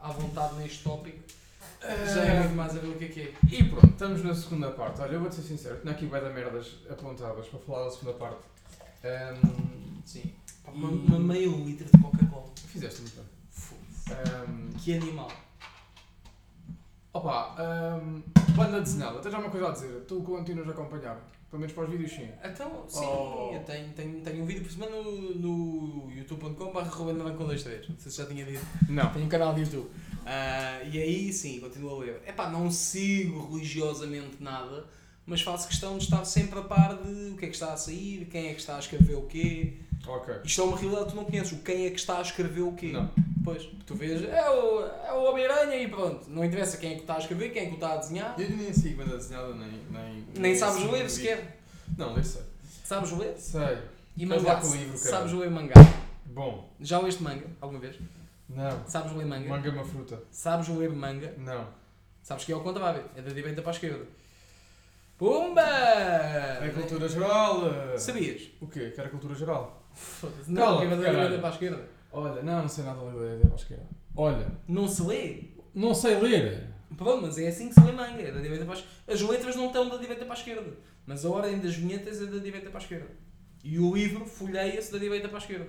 à vontade neste tópico. Já é Ah, muito mais a ver o que é que é. E pronto, estamos na segunda parte. Olha, eu vou-te ser sincero, eu tinha aqui bué da merdas apontadas para falar da segunda parte. Ahm, Sim. Pá, E- Uma, uma meia litro de Coca-Cola. fizeste muito bem. Foda-se. Ahm, Que animal. opa, ahm, banda desenhada, tens alguma coisa a dizer? Tu continuas a acompanhar? Pelo menos para os vídeos sim. Então, sim, Oh. eu tenho, tenho, tenho um vídeo por semana no, no youtube.com.br com 2 3 Não sei se já tinha dito. Não. Tenho um canal de YouTube. Ah, e aí sim, continuo a ler. Epá, não sigo religiosamente nada, mas faço questão de estar sempre a par de o que é que está a sair, quem é que está a escrever o quê. Ok. Isto é uma realidade que tu não conheces, o quem é que está a escrever o quê. Não. Pois, tu vês, é o, é o Homem-Aranha e pronto. Não interessa quem é que está a escrever, quem é que o está a desenhar. Eu nem sigo banda desenhada, nem. Nem, Nem sabes sigo ler vídeo. sequer. Não, ler sei. Sabes ler? Sei. E Vais mangá. lá com o livro, caralho. Sabes ler mangá. Bom. Já leste manga alguma vez? Não. Sabes ler manga? Manga é uma fruta. Sabes ler manga? Não. Sabes que é ao contrário, é da direita para a esquerda. Pumba! É cultura geral. eh. Sabias? O quê? Que era cultura geral? Foda-se, Cala, não, é da direita caralho. para a esquerda. Olha, não, não sei nada ler da esquerda. é. Olha, Não se lê? não sei ler. Pronto, mas é assim que se lê manga, é da direita para a esquerda. As letras não estão da direita para a esquerda, mas a ordem das vinhetas é da direita para a esquerda. E o livro folheia-se da direita para a esquerda.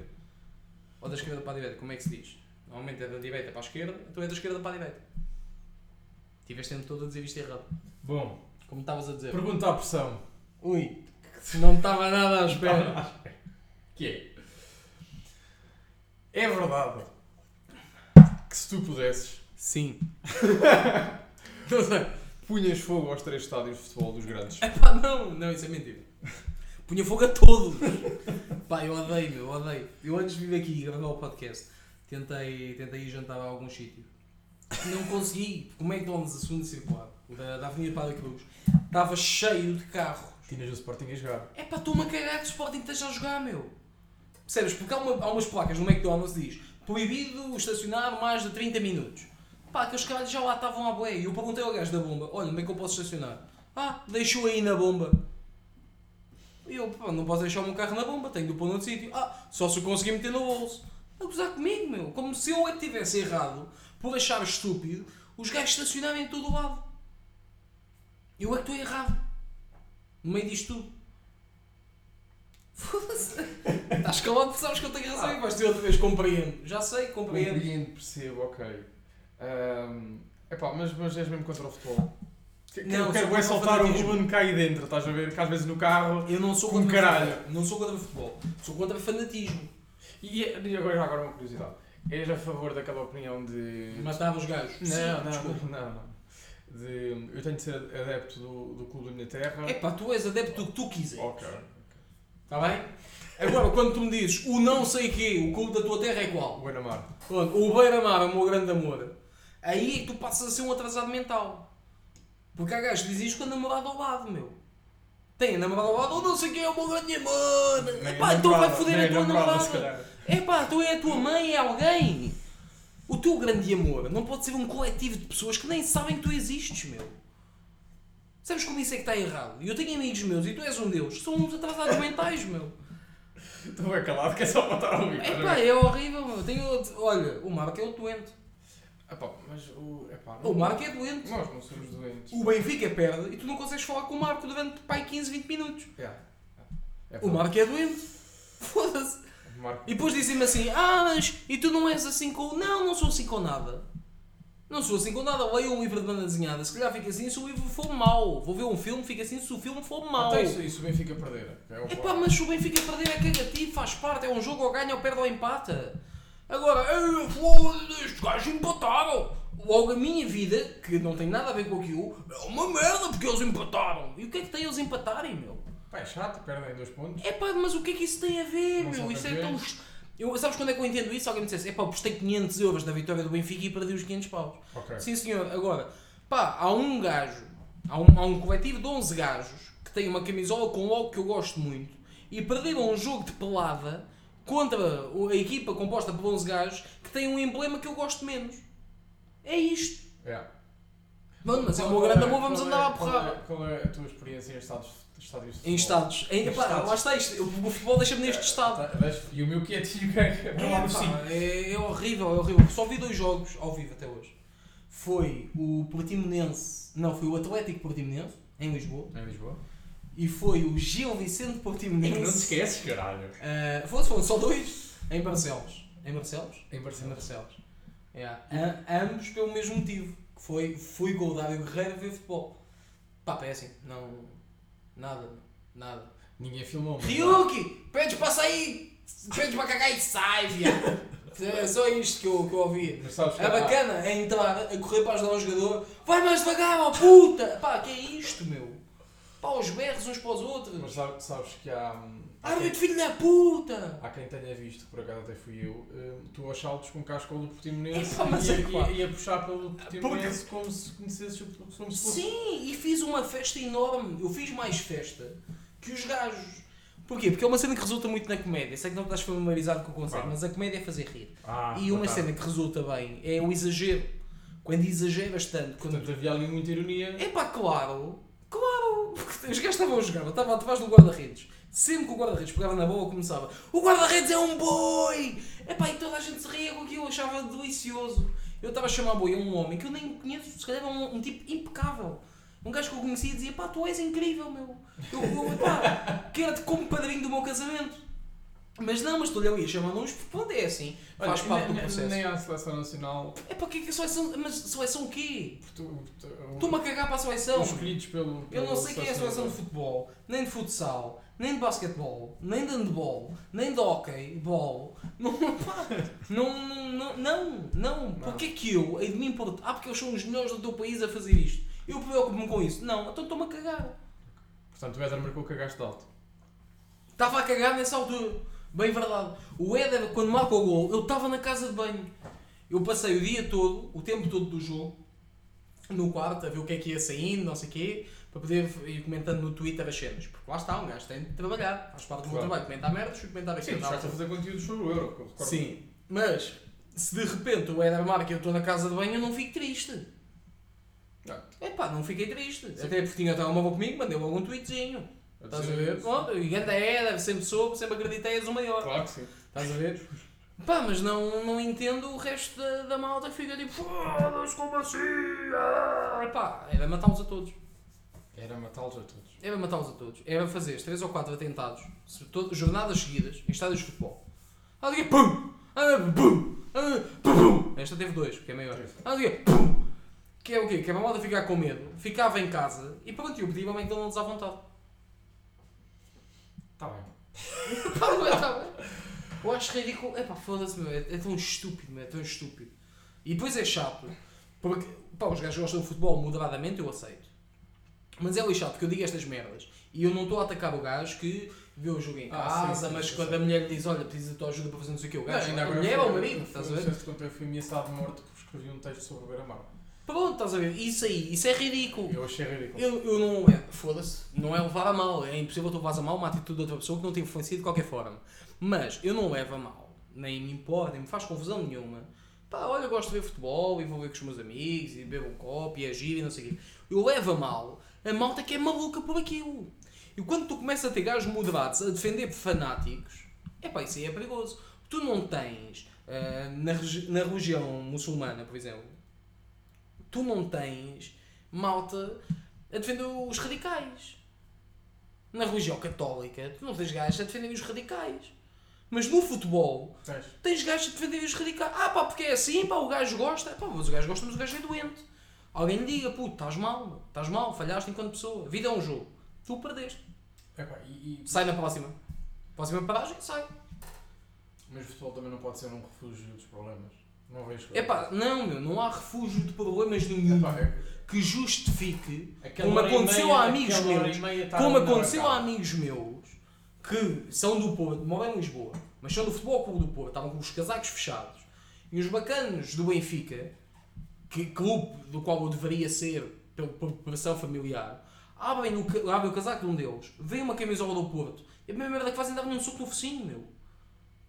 Ou da esquerda para a direita, como é que se diz? Normalmente é da direita para a esquerda, então é da esquerda para a direita. Tiveste tempo todo a dizer isto errado, Bom, como estavas a dizer. pergunta à pressão. Ui, não estava nada à espera. Que é? É verdade que se tu pudesses, Sim. Então, não sei. punhas fogo aos três estádios de futebol dos grandes. Epá, não, não, isso é mentira. Punha fogo a todos. Pá, eu odeio, meu, eu odeio. Eu antes de vir aqui gravar o podcast, tentei, tentei ir jantar a algum sítio. Não consegui. Como é que vamos a segunda circular? Da, da Avenida Padre Cruz. Estava cheio de carro. Tinhas o Sporting a jogar. É pá, estou-me a cagar que o Sporting esteja a jogar, meu. Percebes? Porque há, uma- há umas placas no McDonald's que diz proibido estacionar mais de 30 minutos. Pá, aqueles caras já lá estavam à boé. E eu perguntei ao gajo da bomba: olha, onde é que eu posso estacionar? Ah, deixou aí na bomba. E eu, pá, não posso deixar o meu carro na bomba, tenho de o pôr noutro sítio. Ah, só se eu conseguir meter no bolso. A gozar comigo, meu. Como se eu é que tivesse errado por achar estúpido os gajos estacionarem em todo o lado. Eu é que estou errado. No meio disto tudo. Foda-se. Estás calado, sabes que eu tenho razão. Ah, e vais dizer outra vez, compreendo. Já sei, compreendo. Compreendo, percebo, ok. Ahm, epá, mas, mas és mesmo contra o futebol. Que- que- Não, eu quero sou contra é o soltar o fanatismo. Ruben cá aí dentro, estás a ver? Que às vezes no carro. Eu não sou Com contra caralho. futebol. Não sou contra o futebol. Sou contra o fanatismo. E, e agora, já agora uma curiosidade. És a favor daquela opinião de. Matava os gajos. Não, não, desculpa. não, não. De, eu tenho de ser adepto do, do clube da minha terra. Epá, tu és adepto do que tu quiser. Ok. Está Tá bem? Agora, quando tu me dizes o não sei quê, o clube da tua terra é qual? Buena Mar. Pronto, o Beira-Mar é o meu grande amor. Aí é que tu passas a ser um atrasado mental. Porque há gajos que dizem isto com a namorada ao lado, meu. Tem a namorada ao lado, ou não sei quem é o meu grande amor. Nem Epá, então vai namorada, foder a nem tua se namorada. calhar. Epá, tu é a tua mãe, é alguém. O teu grande amor não pode ser um coletivo de pessoas que nem sabem que tu existes, meu. Sabes como isso é que está errado? Eu tenho amigos meus e tu és um deles. São uns atrasados mentais, meu. Estou bem calado, que é só matar o bico. Epá, é horrível, meu. Tenho outro- Olha, o Marco é um doente. Epá, mas o. Epá, O Marco é doente. Nós não somos doentes. O Benfica perde e tu não consegues falar com o Marco durante pai 15, 20 minutos. Yeah. É, pá, O Marco é doente. Foda-se. o Marco. E depois dizem-me assim: Ah, mas e tu não és assim com. Não, não sou assim com nada. Não sou assim com nada. Leio um livro de banda desenhada. Se calhar fica assim se o livro for mau. Vou ver um filme, fica assim se o filme for mau. Até então isso, isso o Benfica perder. É o Epá, mas se o Benfica perder é cagativo, faz parte, é um jogo ou ganha ou perde ou empata. Agora, "Ei, foda-se, estes gajos empataram. Logo, a minha vida, que não tem nada a ver com aquilo, é uma merda porque eles empataram. E o que é que tem eles empatarem, meu? Pá, é chato, perdem dois pontos. Epá, mas o que é que isso tem a ver, Não meu? sabe Isso a é ver. tão... est- Eu, sabes quando é que eu entendo isso? Se Alguém me dissesse, epá, postei 500 euros na vitória do Benfica e perdi os 500 paus. Ok. Sim, senhor. Agora, pá, há um gajo, há um, há um coletivo de 11 gajos que tem uma camisola com logo que eu gosto muito e perderam um jogo de pelada contra o- a equipa composta por 11 gajos que tem um emblema que eu gosto menos. É isto. Yeah. Mano, mas é uma Qual grande é- boa, vamos qual andar à é- qual porrada. é- Qual é a tua experiência em estados, estádios de futebol? Em estados. Em, Em pá, estados. Lá está isto. O, o futebol deixa-me neste estado. Tá, deixa- E o meu quietinho que é para lá É, no pá, 5. é, é horrível, é horrível. Só vi dois jogos ao vivo até hoje. Foi o Portimonense, não, foi o Atlético Portimonense, em Lisboa, É Em Lisboa? e foi o Gil Vicente Portimonense. Não te esqueces, caralho. Ah, foram- foram só dois em Barcelos. Em Barcelos? Em Em Barcelos. Yeah. A- ambos pelo mesmo motivo, que foi fui com o Dário Guerreiro ver futebol. Pá, péssimo, não. Nada, nada. Ninguém filmou. mas lá. Ryuki, pedes para sair, pedes para cagar e sai, viado. É só isto que eu, que eu ouvi. Mas sabes que A há- bacana é entrar, a correr para ajudar um jogador, vai mais devagar, ó puta! Pá, que é isto, meu? Pá, os berros uns para os Mas outros. sabe- sabes que há. hum, há quem- Árbitro, filho da puta! Há quem tenha visto, por acaso até fui eu, hum, tu aos saltos com cascolo do É Portimonense pá, mas e, é pá. a, e a puxar pelo Portimonense como se conhecesses o como se fosse. Sim, e fiz uma festa enorme. Eu fiz mais festa que os gajos. Porquê? Porque é uma cena que resulta muito na comédia. Sei que não estás familiarizado com o conceito, Claro. mas a comédia é fazer rir. Ah, E uma tá. cena que resulta bem é o exagero. Quando exageras tanto, quando Portanto, havia ali muita ironia. É pá, claro! Claro! Porque os gajos estavam a jogar, eu estava atrás do guarda-redes. Sempre que o guarda-redes pegava na bola, começava: O guarda-redes é um boi! É pá, e toda a gente se ria com aquilo, eu achava delicioso. Eu estava a chamar boi a um homem que eu nem conheço, se calhar é um, um tipo impecável. Um gajo que eu conhecia dizia: Pá, tu és incrível, meu! Eu, eu pá, quero-te como padrinho do meu casamento. Mas não, mas tu lhe ali a chamar nomes, porque pronto, é assim, Olha, faz parte do nem- processo. Nem à seleção nacional. É para que que a seleção. Mas seleção o quê? Portu- portu- Estou-me a cagar para a seleção! Os escolhidos pelo. Eu pela não sei quem é a seleção de futebol, nem de futsal, nem de basquetebol, nem de handball, nem de hockey, ball. Não, pá, não, não, não, não, não. Porque é que eu, hei de me importar? Ah, porque eles são os melhores do teu país a fazer isto. Eu preocupo-me com isso. Não, então estou-me a cagar. Portanto, o Éder marcou que cagaste de alto. Estava a cagar nessa altura. Bem verdade. O Éder, quando marca o gol, eu estava na casa de banho. Eu passei o dia todo, o tempo todo do jogo, no quarto, a ver o que é que ia saindo, não sei o quê, para poder ir comentando no Twitter as cenas. Porque lá está, um gajo tem de trabalhar. Faz parte do meu Claro. trabalho. Comentar merdas e comentar as Sim, cenas. estás a fazer conteúdo sobre o Euro. que eu recordo. Sim, mas se de repente o Éder marca e eu estou na casa de banho, eu não fico triste. Ah, Epá, não fiquei triste. Até porque tinha até uma boa comigo, mandei logo um tweetzinho. a Estás a dizer- ver? Oh. Pronto, e é, ganda Éder, sempre soube, sempre acreditei, és o maior. Claro que sim. Estás a ver? Pá, mas não, não entendo o resto da, da malta que fica tipo, foda-se como assim? Ah! Pá, era matá-los a todos. Era matá-los a todos. Era matá-los a todos. Era fazer 3 ou 4 atentados, se to- jornadas seguidas, em estádios de futebol. Alguém, pum! Ah, pum! Ah, pum! Esta teve dois, porque é maior. Alguém, pum! Que é o quê? Que é para a malta ficar com medo, ficava em casa e pronto, eu pedi ao McDonald's à vontade. Está bem. Tá bem, tá bem. Eu acho ridículo. Epá, foda-se, meu. É, é tão estúpido, meu. É tão estúpido. E depois é chato. Porque, pá, os gajos gostam de futebol moderadamente, eu aceito. Mas é lixado porque eu digo estas merdas e eu não estou a atacar o gajo que vê o jogo em Ah, casa, sim, sim, mas sim, quando sim. a mulher lhe diz, olha, precisa da tua ajuda para fazer não sei o que, o gajo, ainda a agora um mulher fui- ou o marido, fui- estás a não ver? sei se te contei, eu fui ameaçado de morte porque escrevi um texto sobre o Beira Mar. Pronto, estás a ver? Isso aí, isso é ridículo. Eu achei ridículo. Eu, eu não. é, Foda-se, não é levar a mal. É impossível tu levares a mal uma atitude de outra pessoa que não te influencia de qualquer forma. Mas eu não levo a mal, nem me importa, nem me faz confusão nenhuma. Pá, olha, eu gosto de ver futebol e vou ver com os meus amigos e bebo um copo e agir e não sei o quê. Eu levo a mal a malta que é maluca por aquilo. E quando tu começas a ter gajos moderados a defender fanáticos, é pá, isso aí é perigoso. Tu não tens, ah, na, regi- na religião muçulmana, por exemplo, tu não tens malta a defender os radicais. Na religião católica, tu não tens gajos a defender os radicais. Mas no futebol, Tens. tens gajos a defender os radicais. Ah pá, porque é assim, pá, o gajo gosta. Pá, mas o gajo gosta, mas o gajo é doente. Alguém lhe diga, puto, estás mal, meu. estás mal, falhaste enquanto pessoa. A vida é um jogo. Tu perdeste. Epá, e- e- Sai na próxima. Próxima paragem, sai. Mas o futebol também não pode ser um refúgio dos problemas. Não vejo. É pá, não, meu, não há refúgio de problemas nenhum Epá, é- que justifique aquela Como hora e aconteceu meia- a amigos aquela hora meus. e meia tarde Como na aconteceu a bancada. amigos meus que são do Porto, moram em Lisboa, mas são do Futebol Clube do Porto, estavam com os casacos fechados, e os bacanos do Benfica, que clube do qual eu deveria ser pela por pressão familiar, abrem o, ca- abrem o casaco de um deles, vêem uma camisola do Porto, e a primeira merda que fazem é dar-lhe um soco no focinho, meu.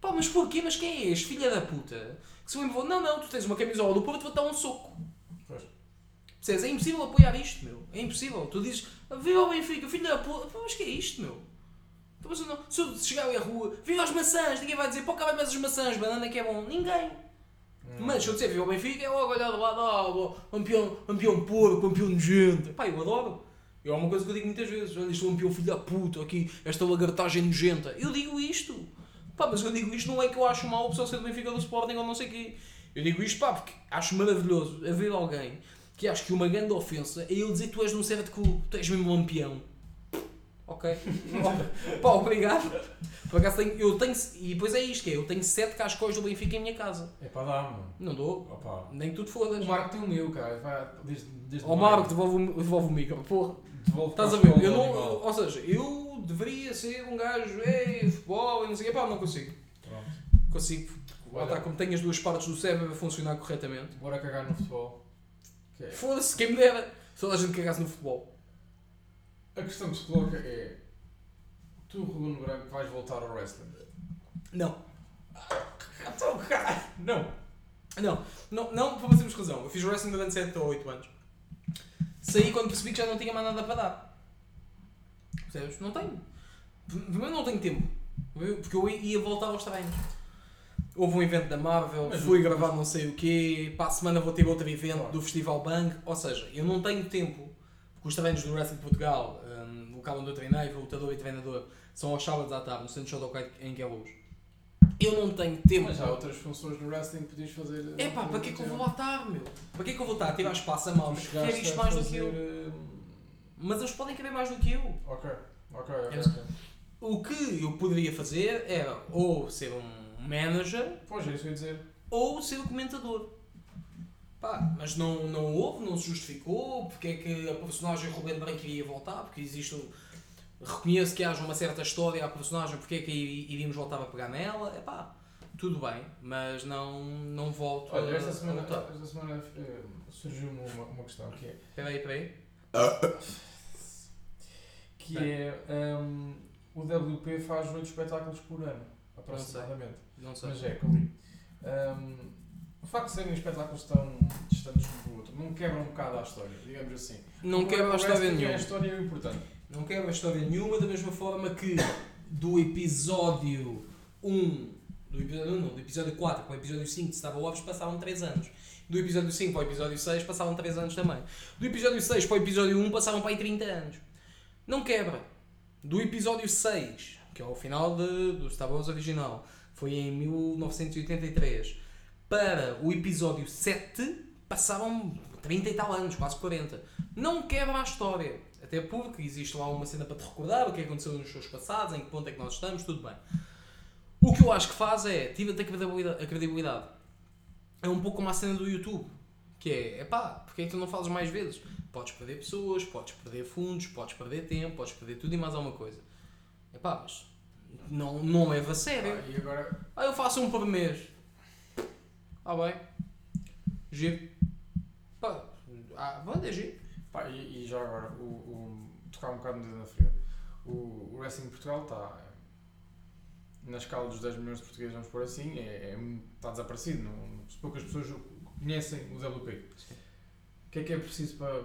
Pá, mas porquê? Mas quem é este, filha da puta? Que se eu me vou, não, não, tu tens uma camisola do Porto, vou-te dar um soco. Pois. Percebes? É impossível apoiar isto, meu. É impossível. Tu dizes, viva o Benfica, filho da puta. Pá, Mas que é isto, meu? Então, mas eu não- Se eu chegar à rua, viva as maçãs, ninguém vai dizer, pô, cá vai mais as maçãs, banana que é bom. Ninguém. Mas se eu disser viva o Benfica, é logo olhar do lado, ah, oh, campeão, campeão porco, campeão nojento. Pá, eu adoro. É uma coisa que eu digo muitas vezes. Olha, isto é um campeão filho da puta, aqui, esta lagartagem nojenta. Eu digo isto. Pá, mas eu digo isto não é que eu acho mal o pessoal ser do Benfica ou do Sporting ou não sei o quê. Eu digo isto, pá, porque acho maravilhoso haver alguém que acho que uma grande ofensa é ele dizer que tu és de um certo clube, tu és mesmo um lampião. Ok? Ó, pá, obrigado. Por acaso tenho, eu tenho, e depois é isto, que é, eu tenho sete cascóis do Benfica em minha casa. É para dar, mano. Não dou. Opa. Nem que tu te fodas. O Marco tem o meu, cara. Vai, desde, desde Ó Marco, devolve, o mi- devolve o micro, porra. devolve Estás a para ver? o Eu não, animal. ou seja, eu deveria ser um gajo, ei, futebol, e não sei o quê. Pá, não consigo. Pronto. Consigo. Lá Olha. está, como tenho as duas partes do cérebro a funcionar corretamente. Bora cagar no futebol. Que é- Foda-se, quem me dera. Se toda a gente cagasse no futebol. A questão que se coloca é: tu, Ruben Branco, vais voltar ao wrestling? Não. Então, cara, não. Não. Não, não por uma simples razão. Eu fiz wrestling durante 7 ou 8 anos. Saí quando percebi que já não tinha mais nada para dar. Percebes? Não tenho. Primeiro não tenho tempo. Eu- Porque eu ia voltar aos treinos. Houve um evento da Marvel, Mas fui o- gravar não sei o quê, para a semana vou ter outro evento Claro. do Festival Bang, ou seja, eu não tenho tempo, porque os treinos do Wrestling de Portugal, hum, o local onde eu treinei, fui lutador e treinador, são aos sábados à tarde, no centro de Shotokai em é Queluz. Eu não tenho tempo. Mas há outras funções no wrestling que podias fazer. eh, É pá, para que é que eu vou lá estar, meu? Para que é que eu vou estar a tirar espaço a mal? Tu Mas chegaste quer isto a mais do que fazer, eu. hum, Mas eles podem querer mais do que eu. Ok, ok, ok. Eles- ok. O que eu poderia fazer era ou ser um manager Pois é, isso que eu ia dizer. ou ser o comentador. Pá, mas não, não houve, não se justificou, porque é que a personagem Rubén Branco iria voltar, porque existe. um- Reconheço que haja uma certa história à personagem, porque é que i- iríamos voltar a pegar nela. É pá, tudo bem, mas não, não volto Olha, a- esta semana, tá. a lutar. esta semana eh, surgiu-me uma, uma questão que é. Peraí, peraí. que Bem. é hum, o WP faz oito espetáculos por ano, aproximadamente. Não sei. Mas é, que eu li. Hum, o facto de serem espetáculos tão distantes um do outro não quebra um bocado a história, digamos assim. Não quebra quero a história É a nenhuma. história importante. Não quebra a história nenhuma, da mesma forma que do episódio 1, do episódio 1, não, do episódio 4 para o episódio 5 de Star Wars passavam 3 anos. Do episódio 5 para o episódio 6 passavam 3 anos também. Do episódio 6 para o episódio 1 passavam para aí 30 anos. Não quebra. Do episódio 6, que é o final de- do Star Wars original, foi em 1983, para o episódio 7 passavam 30 e tal anos, quase 40. Não quebra a história. Até porque existe lá uma cena para te recordar o que aconteceu nos shows passados, em que ponto é que nós estamos, tudo bem. O que eu acho que faz é, tira-te a credibilidade. a credibilidade. É um pouco como a cena do YouTube, que é, epá, porque é que tu não fazes mais vezes? Podes perder pessoas, podes perder fundos, podes perder tempo, podes perder tudo e mais alguma coisa. Epá, mas não, não leva a sério. Ah, e agora, Ah, eu faço um por mês. Ah, bem. Giro. Pá, ah, bom, é giro. pá, e, e já agora, o, o- tocar um bocado no dedo na ferida. O, o Wrestling de Portugal está na escala dos 10 milhões de portugueses, vamos pôr assim, é, é um- está desaparecido. Não, poucas pessoas conhecem o WP. O que é que é preciso para,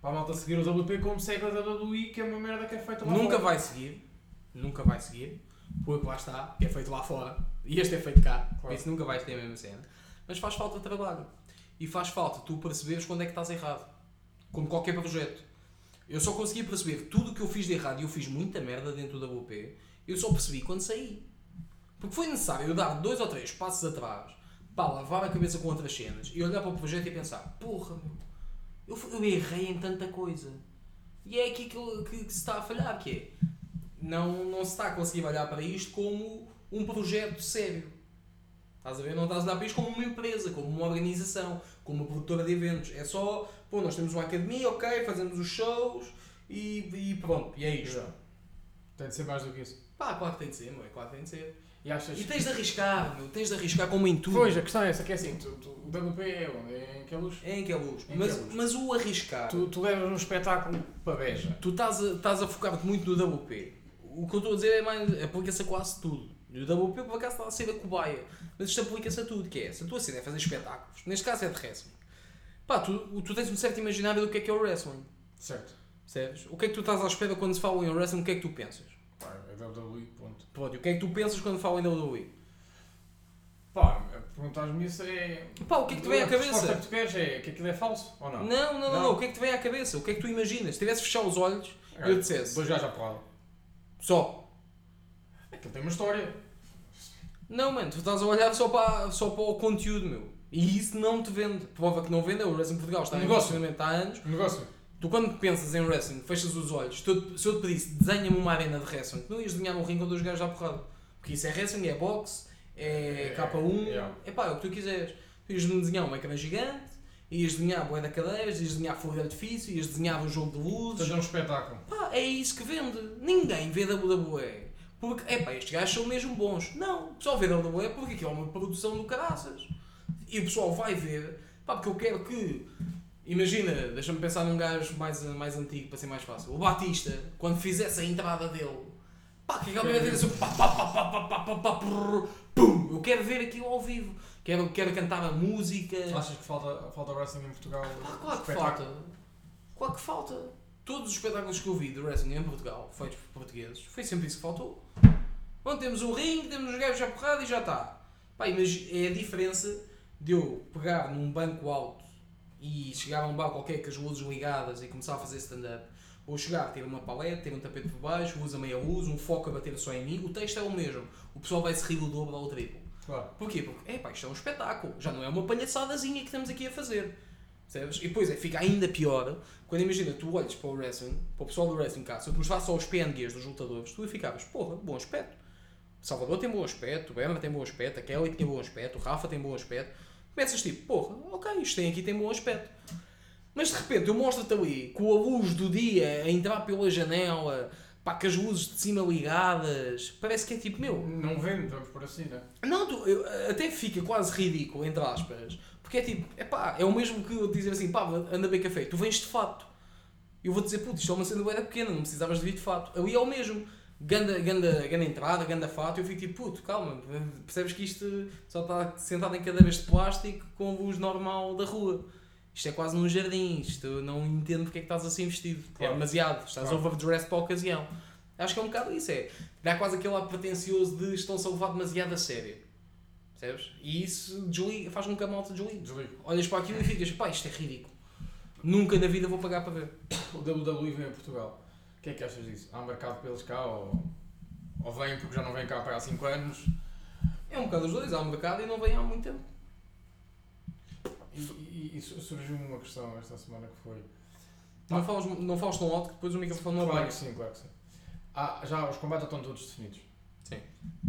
para a malta seguir o WP como segue a WWE, que é uma merda que é feita lá Nunca fora? vai seguir. Nunca vai seguir. Porque lá está, é feito lá fora. E este é feito cá. Por isso nunca vais ter a mesma cena. Mas faz falta trabalho. E faz falta tu perceberes quando é que estás errado. Como qualquer projeto. Eu só consegui perceber tudo o que eu fiz de errado e eu fiz muita merda dentro da WP. Eu só percebi quando saí. Porque foi necessário eu dar dois ou três passos atrás para lavar a cabeça com outras cenas e olhar para o projeto e pensar: porra, meu, eu, fu- eu errei em tanta coisa. E é aqui que, eu- que- que se está a falhar: que é, não, não se está a conseguir olhar para isto como um projeto sério. Estás a ver? Não estás a olhar para isto como uma empresa, como uma organização, como uma produtora de eventos. É só, pô, nós temos uma academia, ok, fazemos os shows e, e pronto, e é isto. Já. Tem de ser mais do que isso. Pá, claro que tem de ser, meu, é claro que tem de ser. E achas E tens de arriscar, meu, tens de arriscar como em tudo. Pois, a questão é essa, que é assim, tu, tu, o WP é onde? É em que luz? É em que é luz. Em Mas, que é luz. mas o arriscar, tu, Tu, tu levas um espetáculo para Beja. estás, a, estás a focar-te muito no WP. O que eu estou a dizer é mais. aplica-se a quase tudo. E o WP por acaso está a ser a cobaia. Mas isto aplica-se a tudo, que é. Se a tua cena é fazer espetáculos, neste caso é de wrestling, Pá, tu, tu tens um certo imaginário do que é que é o wrestling. Certo. Percebes? O que é que tu estás à espera quando se fala em wrestling? O que é que tu pensas? Pá, é WWE, ponto. Pronto, e o que é que tu pensas quando falam em WWE? Pá, perguntas-me isso é. Pá, o que é que te vem à A resposta cabeça? que tu queres é que aquilo é falso ou não? Não, não, não, não, Não. É. O que é que te vem à cabeça? O que é que tu imaginas? Se tivesse fechado os olhos, Ok, eu dissesse. Dois gajos à porrada. só. Aquilo tem uma história. Não, mano, tu estás a olhar só para, só para o conteúdo, meu. E isso não te vende. Prova que não vende é o wrestling Portugal. Está em Negócio. funcionamento há anos. Um negócio. Tu quando pensas em wrestling, fechas os olhos. Se eu- se eu te pedisse, desenha-me uma arena de wrestling, tu não ias desenhar um ringue com dois gajos à porrada. Porque isso é wrestling, é boxe, é É, K1, yeah. é pá, é o que tu quiseres. Tu ias desenhar uma ecrã gigante, ias desenhar boé da cadeiras, ias desenhar fogo de artifício, ias desenhar um jogo de luzes. Seja um espetáculo. Pá, é isso que vende. Ninguém vê WWE porque, é pá, estes gajos são mesmo bons. Não, o pessoal vê WWE porque aquilo é uma produção do caraças. E o pessoal vai ver, pá, porque eu quero que. Imagina, deixa-me pensar num gajo mais, mais antigo para ser mais fácil. O Batista, quando fizesse a entrada dele, pá, que aquela merda assim, pá, pá, pá, pá, pá, pá, pá, pá, prrr, pum. Eu quero ver aquilo ao vivo. Quero, quero cantar a música. Achas que falta, falta wrestling em Portugal? Pá, É. Ah, claro que Espetáculo. falta. Claro que falta. Todos os espetáculos que eu vi de wrestling em Portugal, feitos por portugueses, foi sempre isso que faltou. Bom, temos um ringue, temos os gajos à porrada e já está. Pá, mas é a diferença de eu pegar num banco alto e chegar a um bar qualquer com as luzes ligadas e começar a fazer stand-up. Ou chegar, ter uma paleta, ter um tapete por baixo, luz a meia luz, um foco a bater só em mim. O texto é o mesmo. O pessoal vai se rir do dobro ou o triplo. Claro. Porquê? Porque, epá, isto é um espetáculo, já não é uma palhaçadazinha que estamos aqui a fazer. Percebes? E depois é, fica ainda pior quando imagina, tu olhas para o wrestling, para o pessoal do wrestling cá, se eu te mostrasse só os PNGs dos lutadores, tu ficavas, porra, bom aspecto. Salvador tem bom aspecto, o Berna tem bom aspecto, a Kelly tem bom aspecto, o Rafa tem bom aspecto. Começas tipo, porra, ok, isto tem aqui tem bom aspecto. Mas de repente eu mostro-te ali, com a luz do dia a entrar pela janela, pá, com as luzes de cima ligadas, parece que é tipo, meu, Não vende, vamos por assim, né? não, tu, eu, até fica quase ridículo, entre aspas, porque é tipo, é pá, é o mesmo que eu dizer assim, pá, anda bem café, tu vens de fato. Eu vou dizer, puto, isto é uma cena bué da pequena, não precisavas de vir de fato. Ali é o mesmo. Ganda, ganda, ganda entrada, ganda fato, eu fico tipo, puto, calma, percebes que isto só está sentado em cadeiras de plástico com a luz normal da rua. Isto é quase num jardim, isto eu não entendo porque é que estás assim vestido. Claro. É demasiado, estás Claro. overdressed para a ocasião. Acho que é um bocado isso, é. Dá quase aquele ar pretencioso de estão-se a levar demasiado a sério. Percebes? E isso desliga, faz com que a malta desligue. Desligo. Olhas para aquilo e ficas, pá, isto é ridículo. Nunca na vida vou pagar para ver. O WWE vem a Portugal. O que é que achas disso? Há mercado para eles cá ou, ou vêm porque já não vêm cá para há 5 anos? É um bocado os dois, há um bocado e não vem há muito tempo. E, e, e su- surgiu-me uma questão esta semana que foi. Não falas, não falas tão alto que depois o microfone não claro que apanha. sim, claro que sim. Ah, já os combates estão todos definidos. Sim.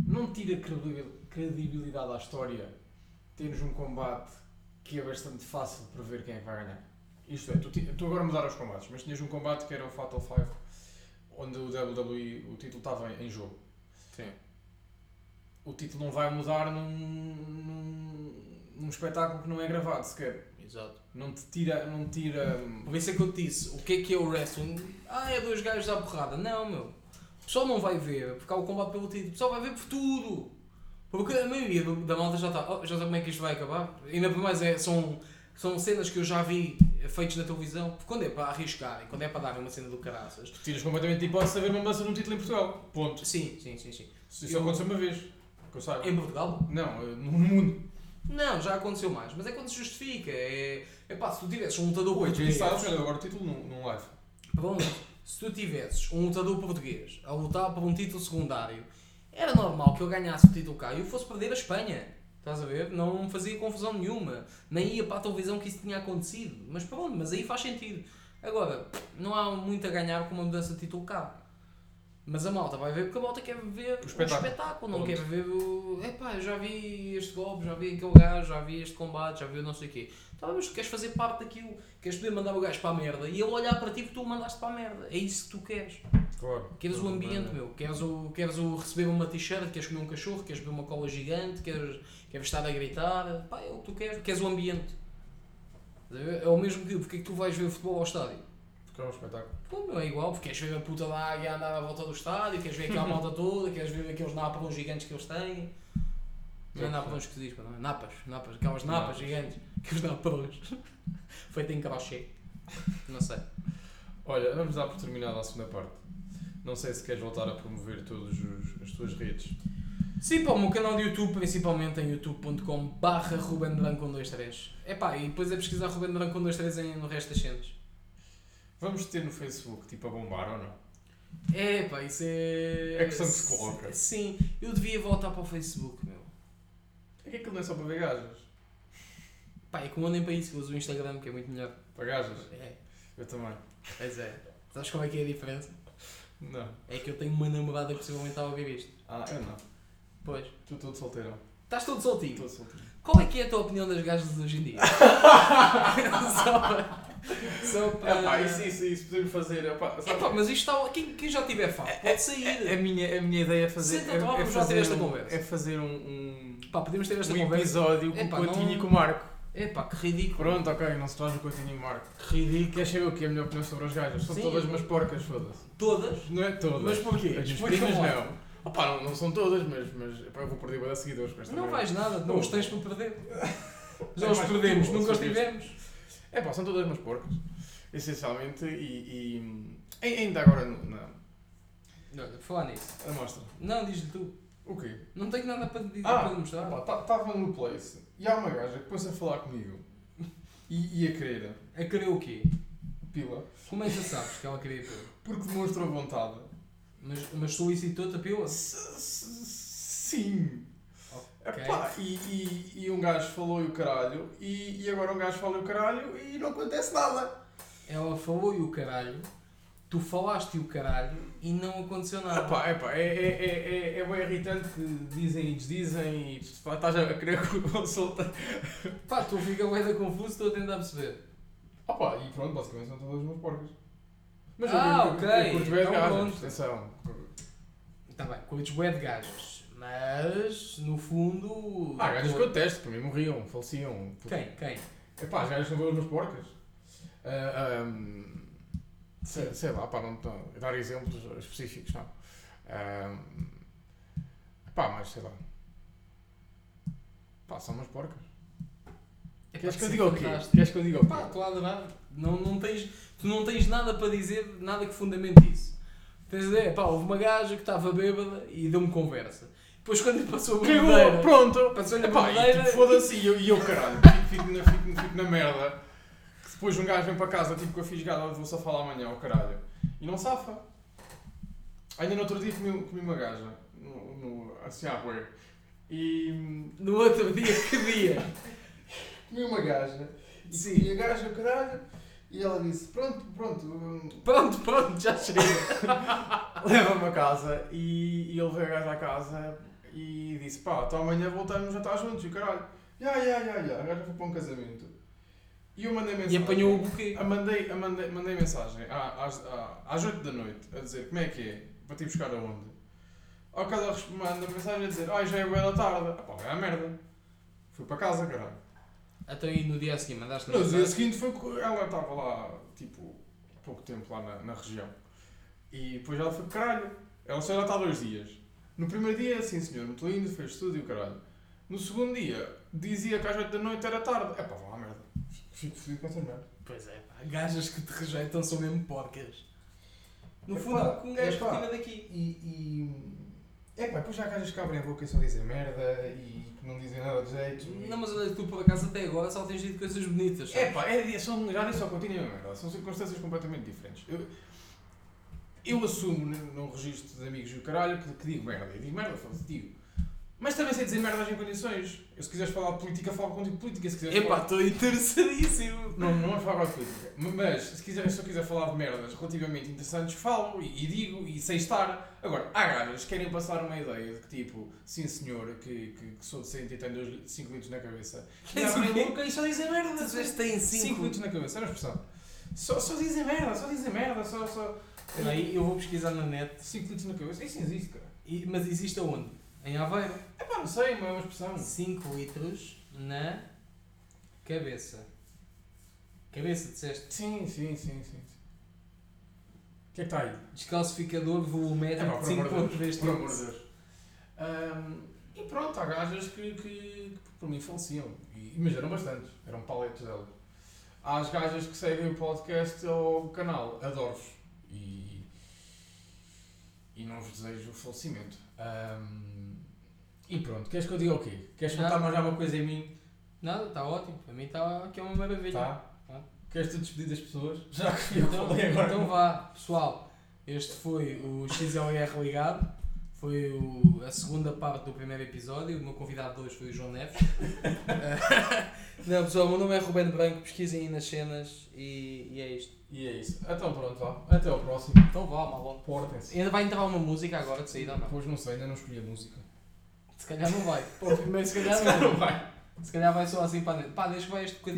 Não tira credibil- credibilidade à história termos um combate que é bastante fácil de prever quem é que vai ganhar. Isto é, tu, ti- tu agora mudaram os combates, mas tinhas um combate que era o Fatal Five, onde o WWE, o título estava em, em jogo. Sim. O título não vai mudar num, num, num espetáculo que não é gravado sequer. Exato. Não te tira. Não te tira Por isso é que eu te disse, o que é que é o wrestling? Ah, é dois gajos à porrada. Não, meu. O pessoal não vai ver porque há o combate pelo título. O pessoal vai ver por tudo. Porque a maioria do- da malta já está, "Oh, já sabe como é que isto vai acabar. Ainda por mais é, são, são cenas que eu já vi feitas na televisão. Porque quando é para arriscar e quando é para dar uma cena do caraças. tu tiras completamente tipo, de hipótese de haver uma mudança num título em Portugal. Ponto. Sim, sim, sim, sim. Isso Eu- aconteceu uma vez. Que eu saiba. Em Portugal, Não, eh, no mundo. Não, já aconteceu mais, mas é quando se justifica. É, é pá, se tu tivesses um lutador Oi, tu português. sabes, olha, agora o título num, num live. Pronto, se tu tivesses um lutador português a lutar por um título secundário, era normal que eu ganhasse o título cá e eu fosse perder a Espanha. Estás a ver? Não me fazia confusão nenhuma. Nem ia para a televisão que isso tinha acontecido. Mas pronto, mas aí faz sentido. Agora, não há muito a ganhar com uma mudança de título cá. Mas a malta vai ver porque a malta quer ver o espetáculo, espetáculo. não Ponto. quer ver o. Epá, eu já vi este golpe, já vi aquele gajo, já vi este combate, já vi o não sei o quê. Tá, bem, mas tu queres fazer parte daquilo, queres poder mandar o gajo para a merda e ele olhar para ti porque tu o mandaste para a merda. É isso que tu queres. Claro. Queres o ambiente, meu. Queres, o, queres o receber uma t-shirt, queres comer um cachorro, queres beber uma cola gigante, queres, queres estar a gritar. Pá, é o que tu queres. Queres o ambiente. Estás a ver? É o mesmo que porque é que tu vais ver o futebol ao estádio. Porque é um espetáculo. Pô, meu, é igual, porque queres ver a puta da águia andar à volta do estádio, queres ver aquela malta toda, queres ver aqueles nápoles gigantes que eles têm. Não é napões que se diz, pá, não é? Napas, napas, aquelas napas Napas. gigantes, que os napões. Feito em crochê. Não sei. Olha, vamos dar por terminada a segunda parte. Não sei se queres voltar a promover todas as tuas redes. Sim, pá, o meu canal de YouTube, principalmente em youtube.com barra Ruben Branco 123. É pá, e depois é pesquisar Ruben Branco 123 em, no resto das cenas. Vamos ter no Facebook, tipo, a bombar ou não? É pá, isso é... É questão que se coloca. Sim, eu devia voltar para o Facebook, meu. É que aquilo não é só para ver gajas. Pá, é que eu andem para isso, eu uso o Instagram, que é muito melhor. Para gajas? É, Eu também. pois é. Sabes qual é que é a diferença? Não. É que eu tenho uma namorada que possivelmente estava a ouvir isto. Ah, eu não. Pois. Estou todo solteirão. Estás todo soltinho. Todo solteirão. Qual é que é a tua opinião das gajas de hoje em dia? só para... Só para... É pá, isso, isso, isso. Podemos fazer. É pá, É sabe? pá, mas isto está... Quem, quem já tiver É, fado pode sair. A minha, a minha ideia é fazer. Senta-te lá, é, é vamos lá ter fazer esta um- conversa. É fazer um, um, Pá, podemos ter esta um conversa. episódio com É pá, o Coutinho não- e com o Marco. É pá, que ridículo. Pronto, ok, não se traz o Coutinho e o Marco. Que ridículo. Queres saber o que é a minha opinião sobre as gajas? São Sim. todas umas porcas, foda-se. Todas? Não é todas. Mas porquê? As minhas Explica-me primas lá. não. Opa, não, não são todas, mas, mas epá, eu vou perder bué de seguidores com esta Não merda. vais nada, não Não. os tens para perder. Já É os mais perdemos, tu, nunca os sobre tivemos. É pá, são todas umas porcas, essencialmente, e, e, hum, ainda agora no- na, Olha, falar nisso. na mostra. Não, diz-lhe tu. O quê? Não tenho nada para te Ah, para te mostrar. Estavam no place e há uma gaja que começa a falar comigo e, e a querer A querer o quê? pila Como é que tu sabes que ela queria pila? porque demonstrou vontade. Mas, mas solicitou-te a pila? S- s- Sim! Ok. Epá, e, e, e um gajo falou e o caralho, e, e agora um gajo fala e o caralho e não acontece nada. Ela falou e o caralho, tu falaste e o caralho e não aconteceu nada. Epá, epá, é, é, é, é, é bem irritante que dizem e desdizem e pá, estás a querer que o tá- consulta. Pá, tu fica bué da confuso, estou a tentar perceber. Opá, e pronto, basicamente são todas umas porcas. Mas Ah, eu, eu, eu, ok, eu curto bem então de pronto. gajas, atenção. Está Tá bem, coitos bué de gajos. Mas, no fundo... Há gajas que tu- eu detesto, para mim morriam, faleciam. Quem? Quem? É Epá, as gajas são todas umas porcas. Ah, ahm, sei, sei lá, pá, não não- dar exemplos específicos, não. Ahm, epá, mas sei lá. Pá, são umas porcas. É Queres pá, isso que eu é diga o quê? fantástico. Queres que eu diga o Pá, quê? estou a adorar. Não, não tens, tu não tens nada para dizer, nada que fundamente isso. Tens a ideia? Pá, houve uma gaja que estava bêbada e deu-me conversa. Depois quando lhe passou a é Cagou, bandeira... pronto! Passou-lhe a Epá, e bandeira... tipo, foda-se, e eu, e eu caralho, fico, fico na, fico- fico na merda. Que depois um gajo vem para casa, tipo, com a fisgada, "Olha, vou só falar amanhã, o caralho. E não safa. Ainda no outro dia comi, comi uma gaja, no, no, assim, à bué. E, hum, No outro dia, que dia? Comi uma gaja. E, Sim. e a gaja, caralho. E ela disse: Pronto, pronto, hum, Pronto, pronto, já chega. leva-me a casa. E, e ele veio a gaja à casa e disse: Pá, então amanhã voltamos já estar juntos. E o caralho, já, já, já, já. A gaja foi para um casamento. E eu mandei E mensagem. apanhou o buquê. a mandei, a mandei, mandei mensagem à- às, à- às 8 da noite a dizer: Como é que é? Para te ir buscar aonde? Ao caso ela resp- manda mensagem a dizer: Ai, já é boa da tarde. Ah, pá, vai à merda. Fui para casa, caralho. Até aí Então, no dia a seguir mandaste No dia seguinte foi que ela estava lá, tipo, há pouco tempo lá na, na região. E depois ela foi para caralho. Ela só já está há dois dias. No primeiro dia, sim senhor, me estou indo, fez tudo e o caralho. No segundo dia, dizia que às 8 da noite era tarde. É pá, vá à merda. Fico fodido com essa merda. Pois é, pá. Gajas que te rejeitam são mesmo porcas. No Epá, fundo, há um gajo que epá. tira daqui. E. e... É pá, depois já há gajas que abrem a boca e só dizem merda e que não dizem nada de jeito. e- Não, mas olha, tu por acaso até agora só tens dito coisas bonitas. É pá, é, são, já nem só continua, merda, é? são circunstâncias completamente diferentes. Eu, eu assumo no, no registro de amigos e o caralho que, que digo merda, e digo merda, foda-se, digo. Mas também sei dizer merdas em condições. Eu, se quiseres falar de política, falo contigo de política, se quiseres Epá, falar... estou interessadíssimo. Não, não é falar de política. Mas, se, quiser, se eu quiser falar de merdas relativamente interessantes, falo e, e digo e sei estar. Agora, há gajas que querem passar uma ideia de que tipo, sim senhor, que, que, que sou decente e tenho 5 litros na cabeça. E abrem a boca e só dizem merda. Às vezes tem é? 5 cinco minutos na cabeça, era a expressão. Só, só dizem merda, só dizem merda, só. só... Espera Aí eu vou pesquisar na net. 5 minutos na cabeça, isso existe, cara. E- mas existe aonde? Em Aveiro. É pá, não sei, mas é uma expressão. Hum. 5 litros na cabeça. Cabeça, disseste. Sim, sim, sim, sim. O que é que está aí? Descalcificador É pá, volumétrico por de amor de Deus, 5.3 por amor de litros. Deus. Ahm, E pronto, há gajas que, que, que por mim faleciam. E, mas eram bastantes, eram paletos delas. Há as gajas que seguem o podcast ou o canal, adoro-vos. E, e não vos desejo falecimento. Ahm, e pronto, queres que eu diga o quê? Queres Nada. contar mais alguma coisa em mim? Nada, está ótimo. Para mim está aqui é uma maravilha. Tá? Tá. Queres te despedir das pessoas? Já que eu Então, falei agora. então vá, pessoal. Este foi o XLR ligado. Foi o- a segunda parte do primeiro episódio. O meu convidado de hoje foi o João Neves. Não, pessoal, o meu nome é Ruben Branco. Pesquisem aí nas cenas e, e é isto. E é isso. Então pronto, vá. Até ao próximo. Então vá, malão. Portem-se. Ainda vai entrar uma música agora de saída ou não? Pois não sei, ainda não escolhi a música. Se calhar não vai. Pô, primeiro se calhar não. vai. Se calhar vai só assim para a net. Pá, deixa que vai este bocadinho.